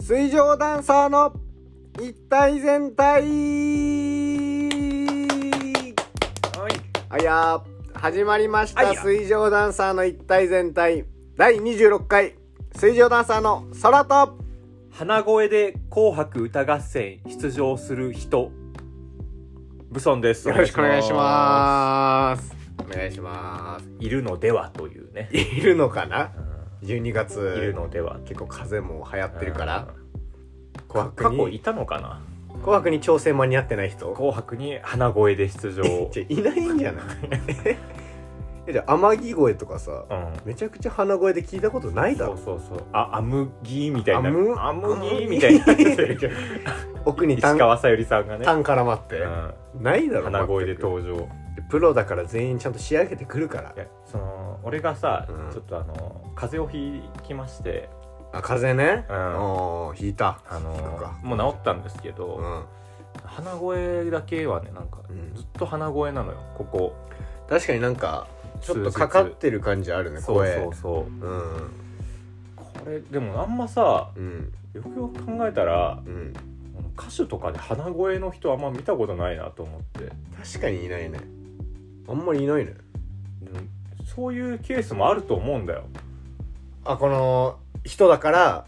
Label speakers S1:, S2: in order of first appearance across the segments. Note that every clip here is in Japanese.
S1: 水上ダンサーの一体全体
S2: はい。
S1: あいやー始まりまし
S2: あ
S1: た
S2: いや
S1: 水上ダンサーの一体全体第26回水上ダンサーの空と
S2: 鼻声で紅白歌合戦出場する人。ブソンです。
S1: よろしくお願いしますお願いします
S2: す。いるのではというね。
S1: いるのかな
S2: う
S1: 12月
S2: んいるのでは。
S1: 結構風邪も流行ってるから
S2: うん。
S1: 紅白
S2: 過
S1: に
S2: 去いたのかな
S1: 紅白に挑戦間に合ってない人
S2: 紅白に鼻声で出場。
S1: ちょ いないんじゃないえじゃあ天城越えとかさ、
S2: うん。
S1: めちゃくちゃ鼻声で聞いたことないだ
S2: そ
S1: ろ
S2: うそうそう。あ、アムギーみたいな。
S1: アム
S2: アムギーみたいな。
S1: 奥に
S2: 石
S1: タン
S2: 川さゆりさんがね。
S1: タン絡まって、
S2: う
S1: ないだろ
S2: ん。鼻声で
S1: 全く
S2: 登場。
S1: プロだから全員ちゃんと仕上げてくるから
S2: いやその俺がさ、
S1: うん
S2: ちょっとあの風邪をひきまして
S1: あ風邪ね
S2: うん
S1: おー引いた
S2: あの
S1: そうか
S2: もう治ったんですけど、
S1: うん
S2: 鼻声だけはねなんか
S1: うん
S2: ずっと鼻声なのよここ
S1: 確かになんかちょっとかかってる感じあるね
S2: 数日そう
S1: 声
S2: そうそう
S1: うん
S2: これでもあんまさ
S1: うん
S2: よくよく考えたら
S1: うん
S2: あの歌手とかで鼻声の人あんま見たことないなと思って
S1: 確かにいないねあんまりいないね
S2: でもそういうケースもあると思うんだよ
S1: あこの人だから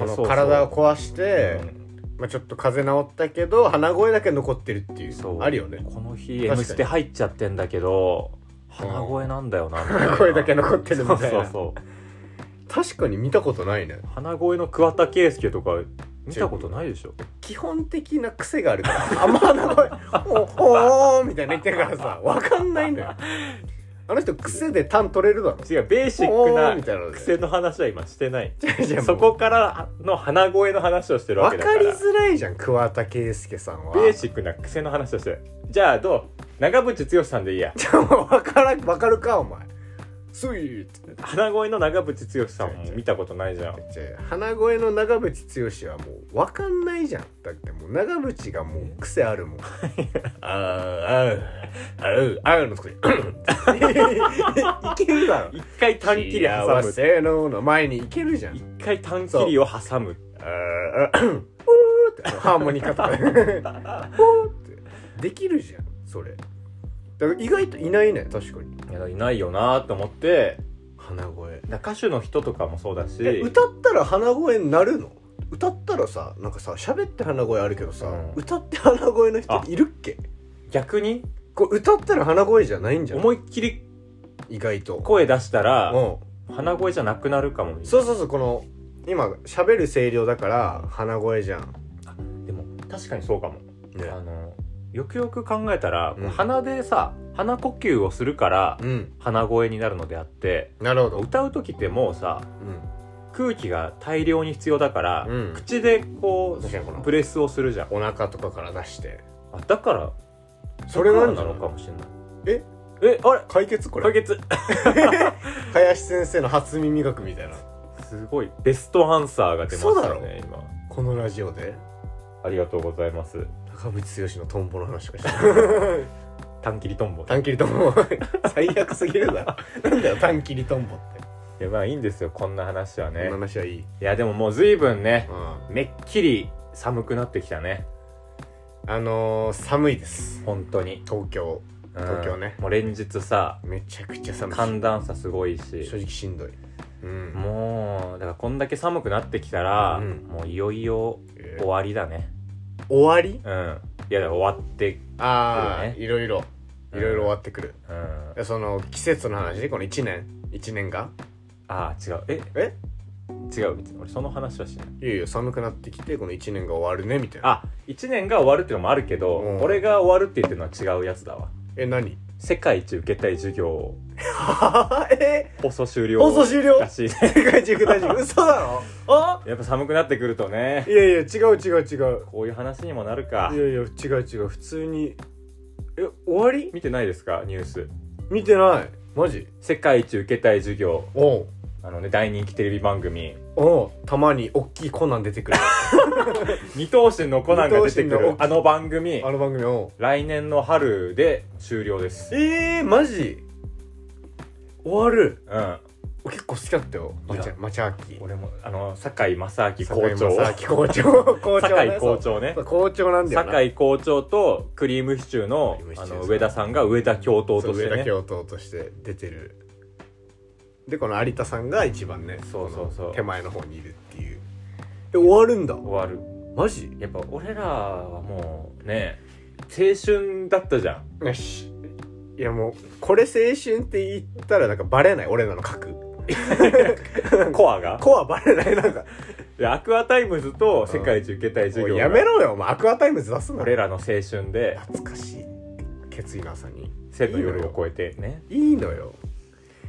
S1: こ
S2: や
S1: の
S2: そうそう
S1: 体を壊して
S2: うん
S1: まあ、ちょっと風邪治ったけど鼻声だけ残ってるっていう
S2: そう
S1: あるよね
S2: この日
S1: 確か
S2: M
S1: に
S2: ステ入っちゃってんだけど鼻声なんだよなみたいな
S1: 声だけ残ってるみたいな
S2: そうそうそう
S1: 確かに見たことないね
S2: 鼻声の桑田佳祐とか見たことないでしょ
S1: 基本的な癖があるからあ んま鼻声「おおお」みたいな言ってるからさ分かんないのよあの人癖でタン取れるだろ
S2: 違うベーシック
S1: おーみたいなの
S2: な
S1: で
S2: 癖の話は今してない
S1: 違う違う
S2: そこからの鼻声の話をしてるわけ
S1: 分
S2: だか
S1: からりづらいじゃん桑田佳祐さんは
S2: ベーシックな癖の話をしてるじゃあどう長渕剛さんでいいや
S1: じゃあもう分からん分かるかお前スイート
S2: 鼻声の長渕剛さんも見たことないじゃん
S1: じゃあ鼻声の長渕剛はもう分かんないじゃんだってもう長渕がもう癖ある もんあーあーあーあーの とこでいけるだろ
S2: 一回短切り挟
S1: 幸
S2: む
S1: せのの前にいけるじゃん
S2: 一回短切りを挟む
S1: あーあーおーってハーモニカ とかおーってできるじゃんそれだから意外といないね確かに
S2: いやいないよなと思って
S1: 鼻声
S2: だから歌手の人とかもそうだし
S1: え歌ったら鼻声になるの歌ったらさなんかさ喋って鼻声あるけどさ、
S2: うん
S1: 歌って鼻声の人
S2: あ
S1: いるっけ
S2: 逆に
S1: これ歌ったら鼻声じゃないんじゃない
S2: 思いっきり
S1: 意外と
S2: 声出したら
S1: う
S2: 鼻声じゃなくなるかもみたい
S1: ん、
S2: な
S1: そうそうそうこの今喋る声量だから鼻声じゃん、
S2: でも確かにそうかも、
S1: ね
S2: あのよくよく考えたら、
S1: うん
S2: 鼻でさ鼻呼吸をするから
S1: うん
S2: 鼻声になるのであって
S1: なるほど、
S2: 歌う時ってもうさ
S1: う
S2: 空気が大量に必要だから、
S1: うん
S2: 口でこ
S1: 確かにこの
S2: うプレスをするじゃん
S1: ん、お腹とかから出して
S2: あだから
S1: それなんじ
S2: だか
S1: ゃ
S2: ら
S1: な
S2: なのか
S1: い
S2: もしれない
S1: え
S2: えあれ
S1: 解決こ
S2: 解
S1: れ
S2: 決
S1: 林先生の初耳学みたいな
S2: すごいベストアンサーが出ました
S1: そうだろ
S2: ね今
S1: このラジオで
S2: ありがとうございます
S1: 高渕剛のトンボの話とかして
S2: 短切りトンボ
S1: 短切りトンボ最悪すぎるだろなんだよ短切りトンボって、
S2: いやまあいいんですよこんな話は
S1: この
S2: ね
S1: 話はいい、
S2: いやでももう随分ね
S1: うん、
S2: めっきり寒くなってきたね
S1: あのー、寒いです
S2: 本当に、
S1: 東京
S2: うん
S1: 東京ね
S2: もう連日さ
S1: めちゃくちゃ寒い
S2: 寒暖差すごい
S1: 正
S2: し
S1: 直しんどいうん
S2: もうだからこんだけ寒くなってきたら、
S1: うん
S2: もういよいよ
S1: えー
S2: 終わりだね
S1: 終わり
S2: うんいやだから終わって
S1: ああ、
S2: そうね
S1: いろいろいろいろ終わってくる、
S2: うん
S1: その季節の話この1年1年が
S2: ああ違うえ
S1: え
S2: 違う俺その話はしない
S1: いやいや寒くなってきてこの1年が終わるねみたいな
S2: あ一1年が終わるっていうのもあるけど、
S1: うん
S2: 俺が終わるって言ってるのは違うやつだわ
S1: え 何
S2: 世界一受けたい授業を
S1: え
S2: 放送終了
S1: 放送終了
S2: らしいね
S1: 世界一具体人嘘だろあ
S2: やっぱ寒くなってくるとね
S1: いやいや違う違う違う
S2: こういう話にもなるか
S1: いやいや違う違う普通にえ終わり
S2: 見てないですかニュース
S1: 見てないマジ
S2: 世界一受けたい授業
S1: おう
S2: あのね大人気テレビ番組
S1: おうたまに大きいコナン出て くる
S2: 二等身のコナンが出て
S1: 二等
S2: く
S1: 身の
S2: るあの番組
S1: あの番組おう
S2: 来年の春で終了です
S1: えー、マジ終わる
S2: うん
S1: 結構好きだったよマチャマチャアキ
S2: 俺もあの酒井正明校
S1: 堺
S2: 長
S1: 正明校長 校長
S2: 酒
S1: ね
S2: 井校長ね
S1: そう校長なんだよな
S2: 酒井校長とクリームシチュー
S1: ク
S2: の
S1: リームシ
S2: あ
S1: チュー
S2: の上田さんが上田教頭
S1: そ
S2: と
S1: う
S2: し
S1: 上
S2: て
S1: 田
S2: ね
S1: 教頭として出てるでこの有田さんが一番ね
S2: そうそうそう
S1: この手前の方にいるっていうえ終わるんだ
S2: 終わる
S1: マジ
S2: やっぱ俺らはもうね青春だったじゃん
S1: よしいやもうこれ青春って言ったらなんかバレない俺らの格
S2: コアが
S1: コアバレないなんか
S2: でアクアタイムズと世界一受けたい授業
S1: おい
S2: が
S1: やめろよお前アクアタイムズ出すな
S2: 俺らの青春で
S1: 懐かしい決意の朝に
S2: 生の夜を超えてね
S1: いいのよ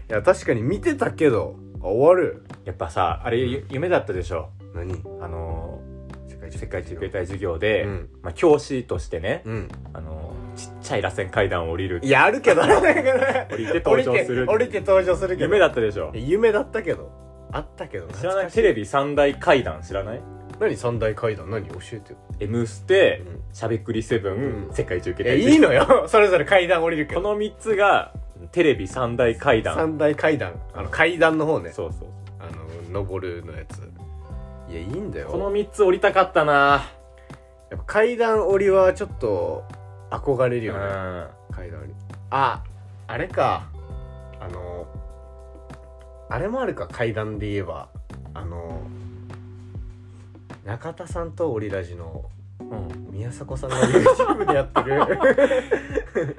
S1: いや確かに見てたけどあ終わる
S2: やっぱさあれゆ夢だったでしょ
S1: 何
S2: あの
S1: 世界
S2: ー世界一受け
S1: た
S2: たい授業で、
S1: うん
S2: まあ、教師としてね、
S1: うん
S2: あのーちっちゃい螺旋階段を降りる
S1: やるけど降
S2: 降
S1: り
S2: りて 登場する
S1: 降りて登場するけど
S2: 夢だったでしょ
S1: いや夢だったけどあったけど
S2: 知らな
S1: 懐
S2: い
S1: かし
S2: テレビ三大階段知らない
S1: 何三大階段何教えてよ
S2: M ステ、
S1: うん
S2: しゃべくりセブン、
S1: うん
S2: 世界一受け
S1: い
S2: た
S1: や
S2: い
S1: いいのよ それぞれ階段降りるけ
S2: こ
S1: ど
S2: の3つがテレビ三大階段
S1: 三大階段あの階段の方ね
S2: そうそう
S1: あの登るのやついやいいんだよ
S2: この3つ降りたかったな
S1: やっぱ階段降りはちょっと憧れるよね
S2: う
S1: 階段降りああれかあのあれもあるか階段で言えばあの中田さんとオリラジの
S2: ん、
S1: 宮迫さんが YouTube でやってる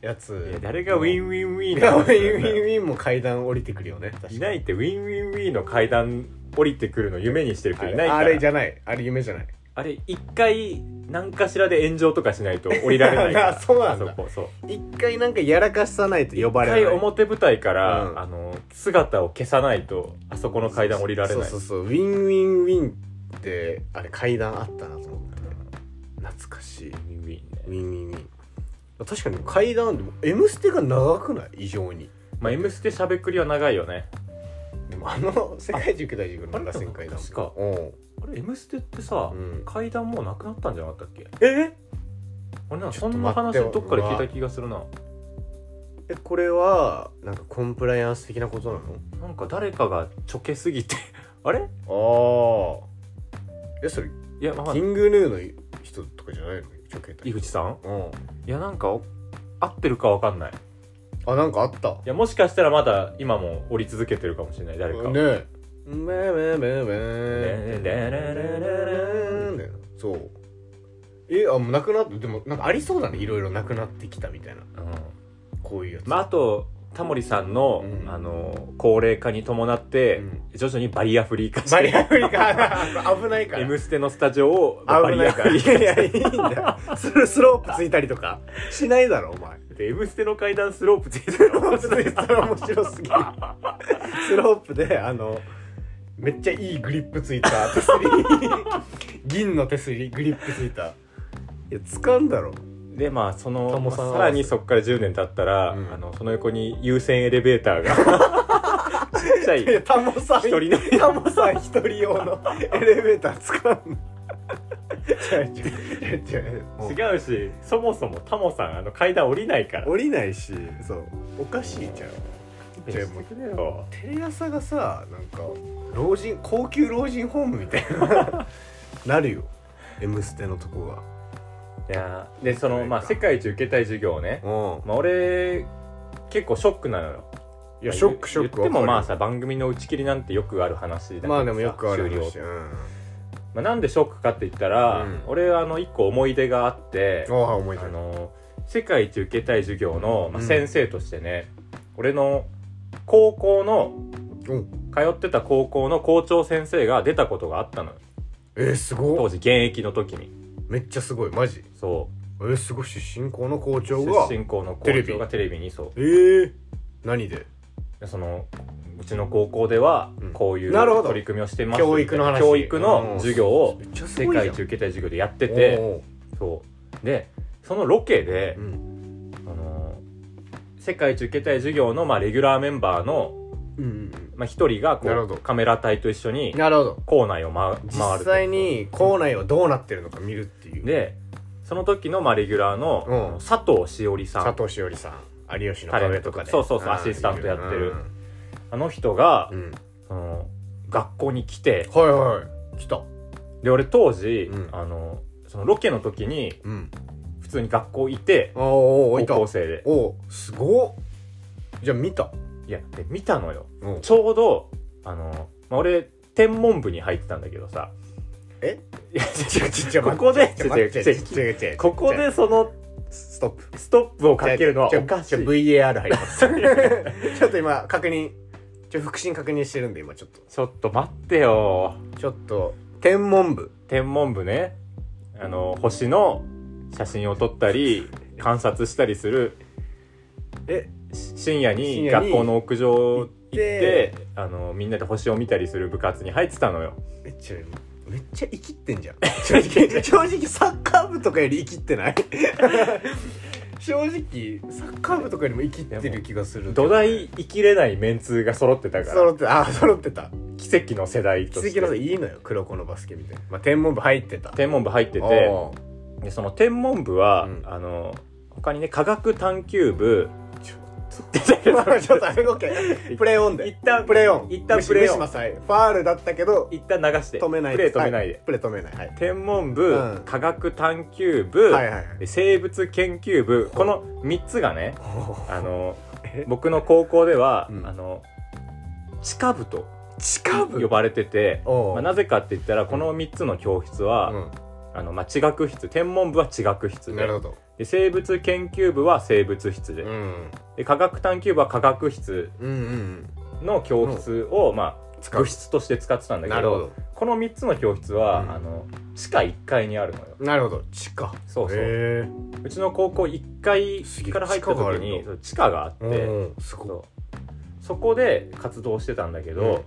S1: や
S2: い
S1: つ
S2: や誰がウィンウィンウィン
S1: いや
S2: な
S1: ウ
S2: んだよ
S1: ィンウィンウィンも階段降りてくるよね確かに
S2: いないってウィンウィンウィンの階段降りてくるの夢にしてる
S1: あ
S2: 人いな
S1: れ
S2: いから
S1: あ
S2: あ
S1: れ
S2: れ
S1: じゃないあれ夢じゃない
S2: 一回何かしらで炎上とかしないと降りられないから
S1: あそうなんだ
S2: あそこそう
S1: 一回なんかやらかさないと呼ば
S2: 一
S1: れない
S2: 回表舞台から、
S1: うん
S2: あの姿を消さないとあそこの階段降りられない
S1: そうそうそうウィンウィンウィンってあれ階段あったなと思って懐かしい
S2: ウィンウィンね
S1: ウィンウィンウィン確かに階段でも「M ステ」が長くない異常に
S2: まあ「M ステ」しゃべくりは長いよね
S1: でもあの世界中受けた授業の螺旋階段
S2: 確か
S1: うん
S2: あれ「M ステ」ってさ、
S1: うん
S2: 階段もうなくなったんじゃなかったっけえ俺なんかそんな話
S1: ちょっと待ってよ
S2: どっかで聞いた気がするな
S1: えこれはなんかコンプライアンス的なことな
S2: なんか誰かがちょけすぎてあれ
S1: のああえそれ
S2: いやまあまあ
S1: キングヌーの人とかじゃないのちょけた
S2: 井口さん
S1: うん
S2: いやなんかお合ってるかわかんないい
S1: あなんかあった
S2: やもしかしたらまだ今も降り続けてるかもしれない誰か、
S1: ねえめめめめ
S2: ね
S1: そうえあもうなくなってでもなんかありそうだねいろいろなくなってきたみたいな
S2: うん
S1: こういうやつ
S2: まあ、あとタモリさんの,、
S1: うん
S2: あの高齢化に伴って、
S1: うん
S2: 徐々にバリアフリー化し
S1: バリア
S2: て
S1: フリーか 危ない
S2: 「
S1: から
S2: M ステ」のスタジオをバ
S1: 危
S2: リ
S1: ない
S2: ア
S1: から
S2: フリ
S1: い
S2: ー化
S1: やいやいいんだよスロ スロープついたりとかしないだろお前
S2: で「M ステ」の階段スロープついてる
S1: それ面白すぎ るスロープであのめっちゃいいグリップついた手すり銀の手すりグリップついたいや掴んだろ
S2: でまあその
S1: タモさん
S2: まあさらにそっから10年経ったら、
S1: うん
S2: あのその横に優先エレベーターが ちっちゃい
S1: いやタモさん
S2: 一人の
S1: タモさん一人用のエレベーター掴んだ違う違う違う違うもう
S2: 違うしそもそもタモさんあの階段降りないから
S1: 降りないしそうおかしいじゃんじゃあもう
S2: してくれよ
S1: テレ朝がさなんか老人高級老人ホームみたいななるよ 「M ステ」のとこ
S2: いやーでそ
S1: そ
S2: の
S1: れ
S2: まあ
S1: か
S2: 世界一受けたい授業ね、
S1: がうん
S2: まあ、俺結構ショックなのよ
S1: いや
S2: まあ
S1: ショックショック
S2: 言ってもまあ
S1: わか
S2: さ番組の打ち切りなんてよくある話だけ
S1: る
S2: ど
S1: まあでもよくある
S2: 終了
S1: 話、うん、
S2: まあ、なんでショックかって言ったら、
S1: うん
S2: 俺あの一個思い出があって
S1: ああ思い出
S2: あ
S1: した
S2: の世界一受けたい授業の、まあ、
S1: うん
S2: 先生としてね、俺の高校の
S1: うん
S2: 通ってた高校の校長先生が出たことがあったのよ
S1: えー、すご
S2: 当
S1: い
S2: 時現役の時に
S1: めっちゃすごいマジ
S2: そ
S1: えー、すごい出身校の校
S2: う
S1: 長が
S2: 出身校の校
S1: テレビ
S2: 長がテレビにそう
S1: えー、何で
S2: でそのうちの高校では
S1: うん
S2: こういう
S1: なるほど
S2: 取り組みをしてます
S1: 教育の話
S2: 教育の授業を
S1: めっちゃす
S2: 世
S1: ごい
S2: 界
S1: じゃん
S2: 一受けたい授業でやって
S1: お
S2: て
S1: うおう
S2: そうでそのロケで
S1: う、ん
S2: あの世界一受けたい授業の、まあ、レギュラーメンバーの
S1: うんうん
S2: まあ、一人がこ
S1: なるほ
S2: う
S1: ど
S2: カメラ隊と一緒に
S1: なるほど
S2: 校内を、ま、回る
S1: 実際に校内はどうなってるのか見るっていう
S2: でその時の、まあ、レギュラーの、
S1: うん
S2: あの佐藤しおりさん
S1: 佐藤しおりさん有吉の壁とかで
S2: そうそうそうんアシスタントやってる
S1: うん
S2: ああの人が
S1: う、ん
S2: その学校に来て
S1: はいはい来た
S2: で俺当時、
S1: うん
S2: あのそのロケの時に
S1: うん
S2: 普通に学校いて
S1: あーおーおーいた
S2: 高校生で
S1: おーすごっじゃあ見た
S2: いやで見たのよ
S1: うん
S2: ちょうどあの、まあ、俺天文部に入ってたんだけどさ
S1: え
S2: いや
S1: ちょちょちょ
S2: ここで
S1: ちょ待って
S2: ちょちょ
S1: ちょちょちょ
S2: ここでその
S1: ストップ
S2: ストップをかけるのは
S1: ちょ
S2: おかし
S1: ちょ
S2: い
S1: VAR 入りますちょっと今確認ちょ腹心確認してるんで今ちょっと
S2: ちょっと待ってよ
S1: ちょっと天文部
S2: 天文部ねあの星の写真を撮ったり観察したりする
S1: え
S2: し深夜
S1: 深
S2: に
S1: 夜に
S2: 学校の屋上行
S1: 行
S2: っ
S1: って
S2: てあのみんなで星を見たりする部活に入ってたのよ
S1: めっちゃめっちゃ生きってんじゃん正 直正直サッカー部とかより生きってない 正直サッカー部とかよりも生きってる気がする
S2: 土台生きれないメンツが揃ってたから
S1: 揃ってたあ揃ってた
S2: 奇跡の世代と
S1: 奇
S2: し
S1: 跡の方
S2: て
S1: いいのよ黒子のバスケみたいな、まあ、天文部入ってた
S2: 天文部入ってて
S1: おー
S2: でその天文部は、
S1: うん
S2: あの他にね科学探 求部
S1: ちょ ちょっと
S2: 一
S1: あれ動けプレーオンで
S2: 旦
S1: プレーオン
S2: 一旦プレーオ
S1: 無視無視し
S2: ン
S1: ますはいファールだったけど
S2: 一旦流して
S1: 止めない
S2: プレー止めないで、
S1: はプレー止めないはい
S2: 天文部、
S1: うん
S2: 科学探求部、
S1: はいはいはい
S2: で生物研究部この3つがねあの
S1: え
S2: 僕の高校では、
S1: うん
S2: あの地下部と
S1: 地下部
S2: 呼ばれてて、
S1: おう
S2: まあ、なぜかって言ったらこの3つの教室は、あのまあ、地学室天文部は地学
S1: う
S2: 室
S1: ん
S2: で
S1: なるほど
S2: で生物研究部は生物室で,、
S1: うん
S2: で科学探求部は科学室
S1: うんうん
S2: の教室を、まあ、
S1: 使
S2: 部室として使ってたんだけ
S1: な
S2: ど
S1: るほど
S2: この3つの教室は、
S1: うん
S2: あの地下1階にあるのよ。
S1: なるほど地下
S2: そうそう
S1: へ
S2: うちの高校1階から入った時に
S1: すげえ地下があるんだ
S2: そう地下が
S1: え
S2: あって、
S1: うんすごい
S2: そうそこで活動してたんだけど、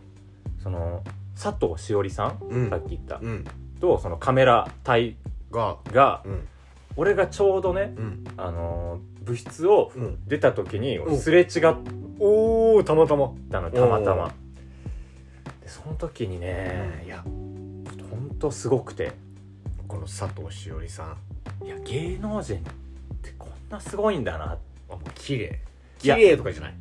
S2: その佐藤しおりさん、
S1: うん
S2: さっき言った、
S1: うん
S2: とそのカメラ隊
S1: が
S2: が
S1: うん
S2: 俺がちょうどね、
S1: うん
S2: あのー部室を
S1: うん
S2: 出た時に
S1: うん
S2: すれ違っ
S1: おおたまたま
S2: たのたまた
S1: お
S2: ま。でその時にね、いやほんとすごくて
S1: この佐藤しおりさんあ
S2: いや芸能人ってこんなすごいんだな
S1: もう綺麗
S2: い
S1: 綺
S2: や
S1: 麗とかじゃない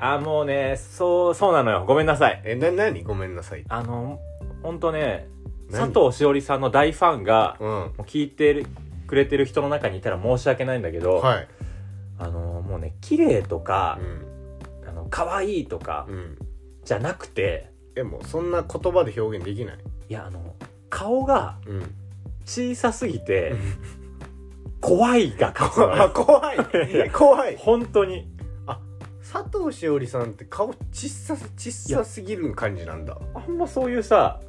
S2: あもうねそうそうなのよごめんなさい
S1: えな何ごめんなさい
S2: あの、ほんとね、佐
S1: 何
S2: 藤しおりさんの大ファンが、
S1: うん
S2: もう聞いてるくれてる人の中にいたら申し訳ないんだけど、
S1: はい
S2: あの、もうね、綺麗とか
S1: う、ん
S2: あの、可愛いとか、
S1: うん
S2: じゃなくて、
S1: えもうそんな言葉で表現できない
S2: いや、あの、顔が
S1: うん
S2: 小さすぎて、怖いが勝つの
S1: あ
S2: よ。
S1: 怖 い怖い
S2: 本当に。
S1: 佐藤しおりさんって顔ちっさすちっさすぎる感じなんだ
S2: あんまそういうさ、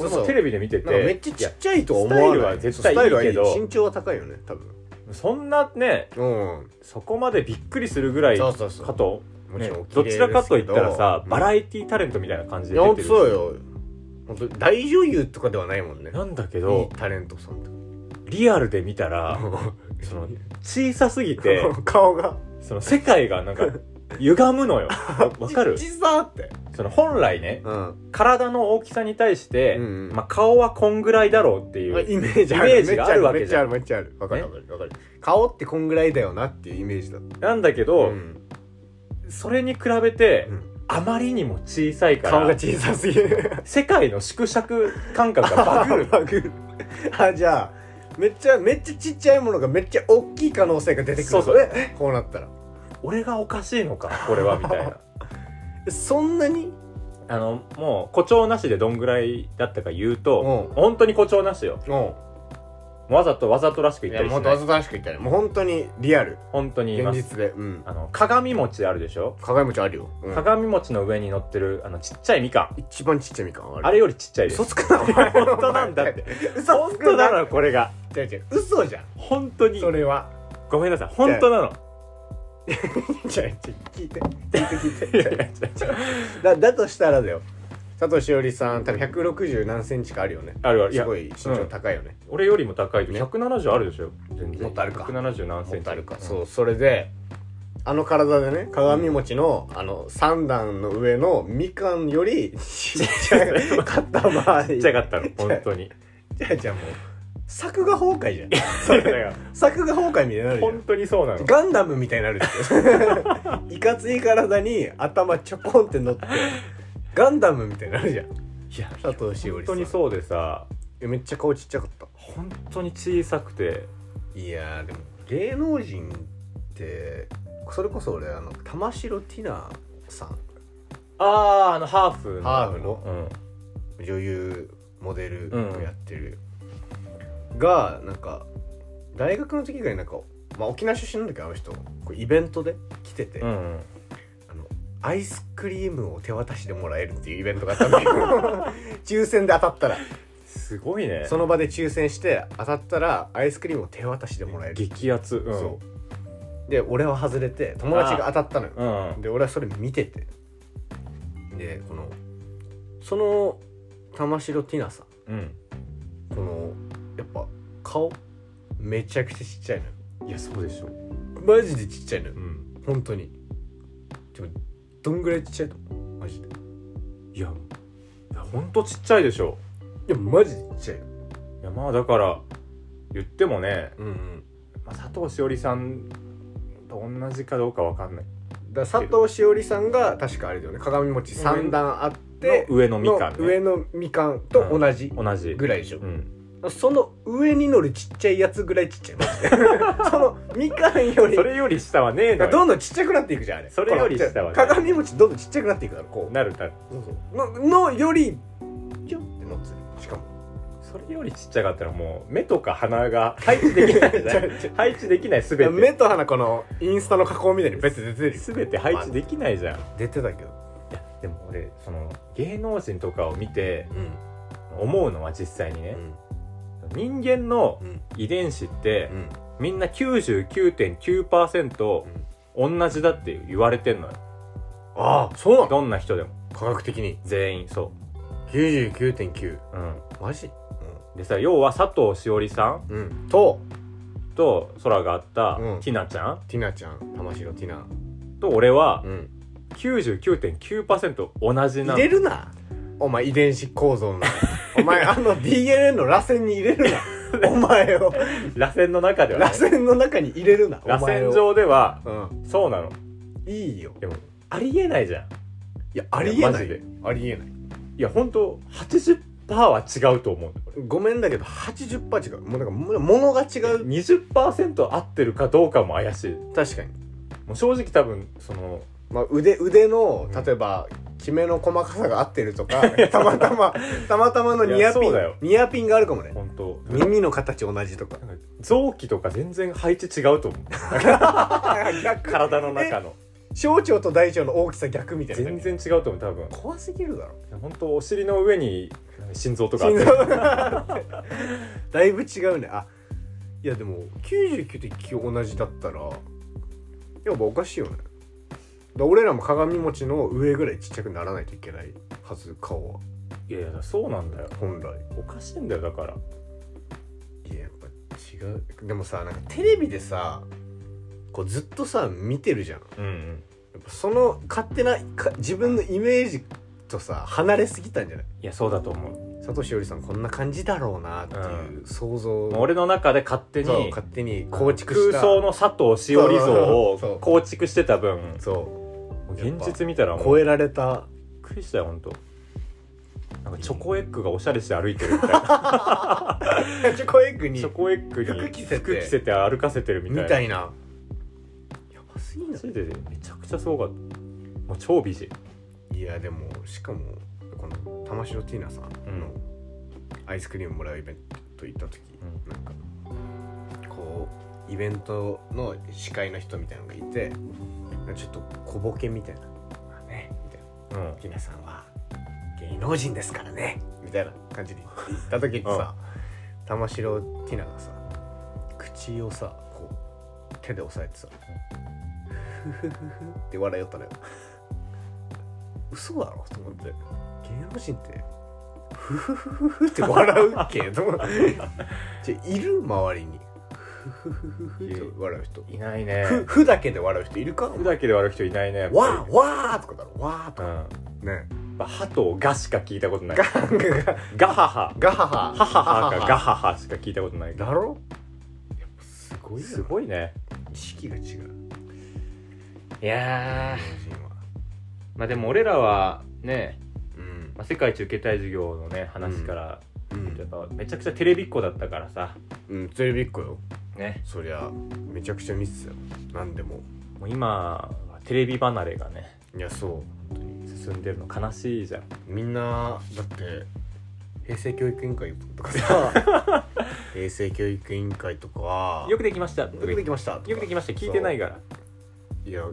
S2: 俺もテレビで見てて、
S1: なんかめっちゃ
S2: い
S1: ち
S2: や
S1: っちゃいとは思わない
S2: スタイルは絶対いい
S1: スタ
S2: けど
S1: イルはいい身長は高いよね多分
S2: そんなね、
S1: うん
S2: そこまでびっくりするぐらい
S1: そ
S2: か
S1: うそうそう
S2: と、
S1: も
S2: ね
S1: ちろんお綺麗
S2: ど
S1: で
S2: ち
S1: すけ
S2: ら
S1: ど
S2: かといったらさ、
S1: うん
S2: バラエティタレントみたいな感じ
S1: い
S2: で
S1: や
S2: 出
S1: 本
S2: て
S1: 当
S2: る
S1: そうよ本当大女優とかではないもんねい
S2: なんだけ
S1: い
S2: ど
S1: タレントさんとか
S2: リアルで見たらその小さすぎて
S1: 顔が
S2: その世界がなんか歪むの よわわかる
S1: ちっさーって
S2: その本来ね
S1: うん
S2: 体の大きさに対して、
S1: うんうん
S2: まあ、顔はこんぐらいだろうってい
S1: イ
S2: う、
S1: メージある
S2: イメージがあるわけ
S1: めっ
S2: じ
S1: ちゃ
S2: ゃ
S1: あ
S2: ん
S1: るめっちゃあるわかるわかるわかる顔ってこんぐらいだよなっていうイメージだった
S2: なんだけど、
S1: うん
S2: それに比べて、
S1: うん
S2: あまりにも小さいか
S1: 顔が
S2: ら
S1: 小さすぎる
S2: 世界の縮尺感覚がバグ る
S1: グるあじゃあめっちゃめっちゃちっちゃいものがめっちゃ大きい可能性が出てくる
S2: そうそう
S1: えこうなったら
S2: 俺がおかしいのかこれはみた いな
S1: えそんなに
S2: あのもう誇張なしでどんぐらいだったか言うと、
S1: うん
S2: 本当に誇張なしよ
S1: も
S2: わざとわざとらしく
S1: うい
S2: 言った
S1: や
S2: り
S1: も
S2: し
S1: う
S2: な
S1: わ
S2: い
S1: ざとらしく言ったねもう本当にリアル
S2: 本当に言い
S1: 現
S2: ます
S1: 実でうん
S2: あの鏡餅あるでしょ、
S1: 鏡餅あるよ、うん
S2: 鏡餅の上に乗ってるあのちっちゃいみかん
S1: 一番ちっちゃいみかんある
S2: あれよりちっちゃいです
S1: 嘘つくなお前
S2: 本当なんだって
S1: 嘘
S2: 本
S1: つ
S2: 当
S1: く
S2: な
S1: な
S2: のこれが
S1: 違う違う嘘じゃん
S2: 本当に
S1: それは
S2: ごめんなさい本当なの
S1: 違う違う聞いて聞いて
S2: い
S1: 聞い
S2: や
S1: て
S2: いや違う違う
S1: だだとしたらだよ佐藤しおりさん多分160何センチかあるよね
S2: あるあるい
S1: す
S2: や
S1: ごい身長高いよね、
S2: 俺よりも高いと
S1: ね
S2: 170あるでしょ全然
S1: もっとあるか
S2: 170何セ
S1: 本
S2: ン
S1: 当
S2: チ
S1: あるか、そうそれであの体でね鏡餅の、あの3段の上のみかんよ りちっちゃかった場合
S2: ちっちゃかったの本当に
S1: じゃあじゃあもう作画崩壊じゃん
S2: そうだから
S1: 作画崩壊みたいになるじゃ
S2: 本
S1: ん
S2: 当にそうなの
S1: ガンダムみたいになるっていかつい体に頭ちょこんって乗ってガンダムみたいになるじゃん
S2: いや
S1: 佐藤しお
S2: 本
S1: りさ
S2: 当
S1: ん
S2: にそうでさ
S1: いやめっちゃ顔ちっちゃかった
S2: 本当に小さくて
S1: いやーでも芸能人ってそれこそ俺あの玉城ティナさん
S2: あああのハーフの
S1: ハーフの
S2: うん
S1: 女優モデルをやってる、がなんか大学の時ぐらいなんか、まあ、沖縄出身なんだけどあの人こうイベントで来てて、
S2: うんうん
S1: あのアイスクリームを手渡しでもらえるっていうイベントがあ ったんだけど抽選で当たったら
S2: すごいね
S1: その場で抽選して当たったらアイスクリームを手渡しでもらえる、
S2: 激アツうん
S1: そうで俺は外れて友達が当たったのよ
S2: うん
S1: で俺はそれ見ててでこのその玉城ティナさん
S2: うん
S1: このやっぱ顔めちゃくちゃちっちゃいのよ
S2: いやそうでしょ
S1: マジでちっちゃいのよ
S2: うん
S1: 本当にでもどんぐらいちっちゃいのマジでい
S2: いや本当ちっちゃいでしょ
S1: やマジでちっちゃいの
S2: いやまあだから言ってもね、
S1: うんうん
S2: まあ、佐藤しおりさんと同じかどうかわかんない
S1: だから佐藤しおりさんが確かあれだよね鏡餅三段あって
S2: の上のみかん、ね、
S1: の上のみかんと同じ
S2: 同じ
S1: ぐらいでしょ
S2: う、ん、
S1: その上に乗るちっちゃいやつぐらいちっちゃいマジ でそのみかんより
S2: それより下はねえのよ
S1: どんどんちっちゃくなっていくじゃんあれ
S2: それより下はね
S1: 鏡餅どんどんちっちゃくなっていくだろこう
S2: なるなる
S1: そうそうののよりキュンって乗ってるしかも
S2: それよりちっちゃかったらもう目とか鼻が配置できないじ ゃ
S1: 違
S2: ん
S1: う違う
S2: 配置できないす
S1: い
S2: べ
S1: や目
S2: て
S1: と鼻このインスタの加工みたいにベッて出てるよ
S2: すべて配置できないじゃんい
S1: 出てたけど
S2: やでも俺その芸能人とかを見て
S1: うん
S2: 思うのは実際にね
S1: う、ん
S2: 人間の
S1: うん
S2: 遺伝子って
S1: うん
S2: みんな99.9%同じだって言われてんのよ
S1: ああそうなの
S2: どんな人でも
S1: 科学的に
S2: 全員そ
S1: 99.9
S2: う、うん、
S1: マジ
S2: でさ要は佐藤しおりさん
S1: うん、うん、と
S2: と空があった
S1: うん
S2: ティナちゃん
S1: ティナちゃん玉城ティナ
S2: と俺は
S1: うん
S2: 99.9%同じな
S1: 入
S2: の
S1: れるなお前遺伝子構造の お前あの DNA の螺旋に入れる なお前を
S2: 螺旋の中ではね
S1: 螺旋の中に入れるな
S2: 螺
S1: お前を
S2: 旋上では
S1: うん
S2: そうなの
S1: いいよ
S2: でもありえないじゃん
S1: いやありえ
S2: マ
S1: な
S2: ジ
S1: い
S2: で
S1: ありえない
S2: いやほんと80%は違うと思うんだよ
S1: ごめんだけど80%違うもうなんかも物が違
S2: 俺
S1: う
S2: 20%合ってるかどうかも怪しい
S1: 確かに
S2: もう正直多分その
S1: まあ、腕腕の
S2: うん
S1: 例えば、キメの細かさが合ってると かたまたまたまたまの
S2: いや
S1: ニアピ
S2: そ
S1: ン
S2: うだよ
S1: ニアピンがあるかもね
S2: 本当
S1: 耳の形同じとか
S2: なんか臓器とか全然配置違うと 思う
S1: 逆
S2: 体の中の
S1: 小腸と大腸の大きさ逆みたいな
S2: 全然違うと思う多分
S1: 怖すぎるだろ
S2: 本当お尻の上に心臓とかあっ
S1: 心
S2: て
S1: 臓 だいぶ違うねあいやでも99.9同じだったらやっぱおかしいよねだ俺らも鏡餅の上ぐらいちっちゃくならないといけないはず顔はい
S2: やいやそうなんだよ
S1: 本来
S2: おかしいんだよだから
S1: いややっぱ違うでもさなんかテレビでさこうずっとさ見てるじゃんや
S2: うん、うん、
S1: っぱその勝手なか自分のイメージとさ離れすぎたんじゃない
S2: いやそうだと思う
S1: 佐藤しおりさんこんな感じだろうなっていう想像
S2: もう俺の中で勝手
S1: そう
S2: に
S1: 勝手に構築した
S2: 空想の佐藤しおり像
S1: そうそうそ
S2: を
S1: う
S2: 構築してた分
S1: そ
S2: もう現実見たら
S1: う
S2: もう
S1: 超
S2: びっ
S1: えられ た
S2: くりしたよ本当なんかチョコエッグがおしゃれして歩いてるみたいな
S1: チョコエッグに
S2: チョコエッグに
S1: 服着せて
S2: 服着せて歩かせてるみたい
S1: み
S2: な
S1: たいなやばすぎな
S2: マジでめちゃくちゃすごかったもう超美人
S1: いやでもしかもこの玉城ティーナさんの
S2: う
S1: アイスクリームもらうイベント行った時、なんかこうイベントの司会の人みたいなのがいてちょっと小ボケみたいな「まあね」みたいな
S2: う
S1: 「
S2: ん
S1: ティーナさんは芸能人ですからね」みたいな感じで言った時に さ、玉城ティーナがさ口をさこう手で押さえてさ「ふふふふ」って笑いよったのよ。嘘だろと思って芸能人ってフフフフフって笑うけどじゃいる周りにフフフフフって笑う人
S2: いないね
S1: ふふだけで笑う人いるか
S2: ふだけで笑う人いないねやっぱり
S1: わーわーとかだろわーと
S2: う
S1: か
S2: ん
S1: ね
S2: だぱ歯とガしか聞いたことない
S1: ガガ
S2: ガハハ
S1: ガハハ
S2: ハハハかガハハしか聞いたことない
S1: だろやっぱすごいよ
S2: すごいね
S1: 意識が違う
S2: いや
S1: 日本人は
S2: まあでも俺らはね、
S1: うん
S2: まあ、世界一受けたい授業のね話から、
S1: うん
S2: やっぱめちゃくちゃテレビっ子だったからさ
S1: うんテレビっ子よ
S2: ね
S1: そりゃめちゃくちゃ見てたよ何でも
S2: もう今はテレビ離れがね
S1: いやそう
S2: 進んでるの悲しいじゃん
S1: みんなだって平成教育委員会とかさ 平成教育委員会とか
S2: よくできましたと
S1: よ
S2: か
S1: く
S2: 言っ
S1: で
S2: て
S1: きましたとか
S2: よくできました聞いてないから
S1: そういや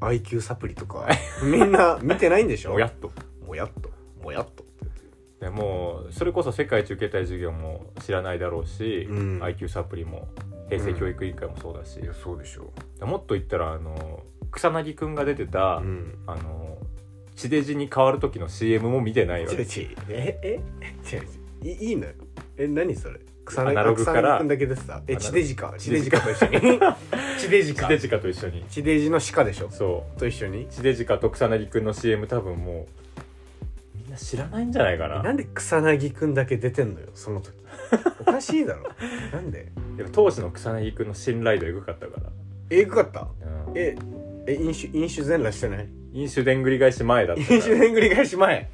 S1: IQ サプリとかみんな見てないんでしょ
S2: もやっと
S1: もやっともやっと
S2: でもうそれこそ世界一受けたい授業も知らないだろうし、
S1: うん
S2: IQ サプリも平成教育委員会もそうだし、
S1: いやそうでしょ
S2: もっと言ったらあの草薙くんが出てた、
S1: ううん
S2: あの地デジに変わる時の CM も見てないわ
S1: 違う
S2: け
S1: 違うええ違う違ういいいのよえ何それ草
S2: アナログか
S1: 草薙
S2: ら
S1: くんだけでさえ
S2: アナログ
S1: 地デジか地デジかと一緒に地デジ
S2: 地
S1: か
S2: デジカと一緒に
S1: 地デジの鹿でしょ
S2: そ
S1: と一緒に
S2: う地デジカと草薙くんの CM 多分もうみんな知らないんじゃないかな
S1: なんで草薙くんだけ出てんのよその時おかしいだろなんで
S2: でも当時の草薙くんの信頼度エグかったから、
S1: えぐかった
S2: うん、
S1: ええ飲酒飲酒全裸して ない
S2: 飲酒でんぐり返し前だったか
S1: 飲
S2: ら
S1: 酒全繰り返し前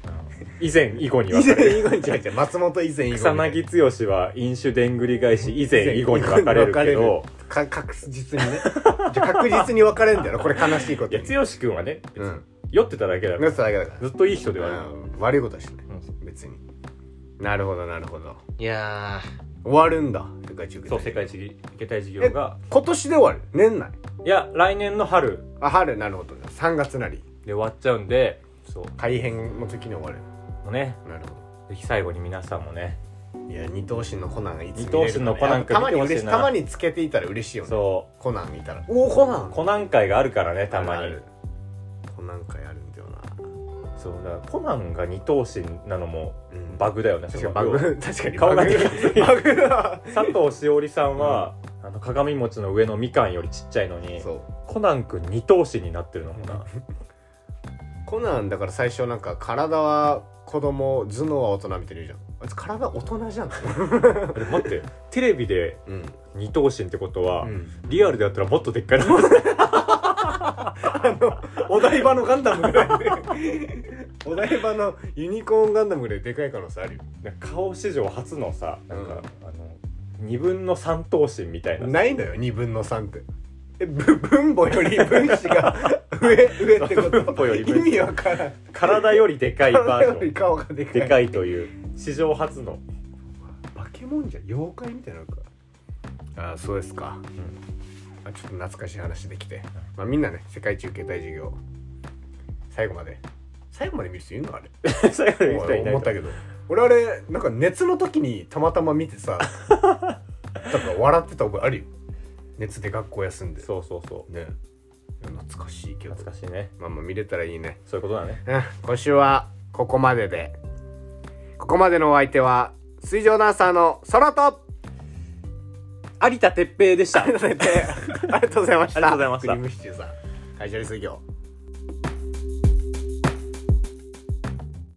S2: 以前 以後に
S1: 以
S2: 分か
S1: 前
S2: れる
S1: 以後に違う違う松本以前以後に
S2: 草薙剛は飲酒でんぐり返し以前以後に分かれるけど
S1: か確実にねじゃあ確実に分かれんだよなこれ悲しいこ
S2: い
S1: と
S2: や
S1: に
S2: 剛君はね
S1: うん
S2: 酔ってただけだから
S1: 嘘だけだか
S2: ずっといい人ではあ
S1: ら、
S2: る
S1: うん、悪いことはしてない
S2: うん
S1: 別になるほどなるほど
S2: いや
S1: 終わるんだ世界中継
S2: そう世界一受けたい授業が
S1: 今年で終わる年内
S2: いや来年の春
S1: あ春なるほど3月なり
S2: で終わっちゃうんでそう
S1: 改編の時に終わる
S2: もうね
S1: なるほど
S2: ぜひ最後に皆さんもね
S1: いや二等身のコナンがいつ見れる
S2: 二等身のコナンくん
S1: たまに
S2: 見てほ
S1: 嬉し
S2: しい
S1: い
S2: な
S1: たまにつけていたら嬉しいよね
S2: そ
S1: コナン見たらおおコナ
S2: う
S1: ン
S2: コナン会があるからねたま
S1: あ
S2: に
S1: るコナン会あるんだよな
S2: そうだからコナンが二等身なのも
S1: うん
S2: バグだよね
S1: 確かにバグ
S2: その
S1: 確かに
S2: 顔が
S1: バグバグだ
S2: 佐藤しおりさんは、あの鏡餅の上のみかんよりちっちゃいのに
S1: そう
S2: コナンくん二等身になってるのもな
S1: コナンだから最初なんか体は子供頭脳は大人みたいに言うじゃんあいつ体大人じゃん
S2: あれ待ってテレビで
S1: うん、
S2: 二等身ってことは、
S1: うん、
S2: リアルでやったらもっとでっかいの
S1: お台場のガンダムぐ らいでお台場のユニコーンガンダムぐらいでかい可能性あるよ
S2: 顔史上初のさなんか、あの二分の三等身みたいな
S1: ないのよ2分の3ってえぶ分母より分子が 上上ってこと
S2: 分母より分子
S1: 意味わからん
S2: 体よりでかいバ
S1: 体よ
S2: ージョ
S1: り
S2: ン
S1: 顔がでかい
S2: でかいという史上初 の
S1: 化け物じゃん妖怪みたいなのかああそうですか、あちょっと懐かしい話できて、まあ、みんなね世界一受けたい授業最後まで最後まで見る人いるのあれ
S2: 最後に人いない
S1: 思ったけど俺あれなんか熱の時にたまたま見て さなんか笑ってた覚えあるよ熱で学校休んで
S2: そうそうそう
S1: ねいや懐かしいけど
S2: 懐かしいね
S1: まあまあ見れたらいいね
S2: そういうことだね
S1: うん今週はここまででここまでのお相手は水上ダンサーのソロ と
S2: 有田哲平でした
S1: ありがとうございました
S2: ありがとうございました
S1: クリームシチューさん会社水業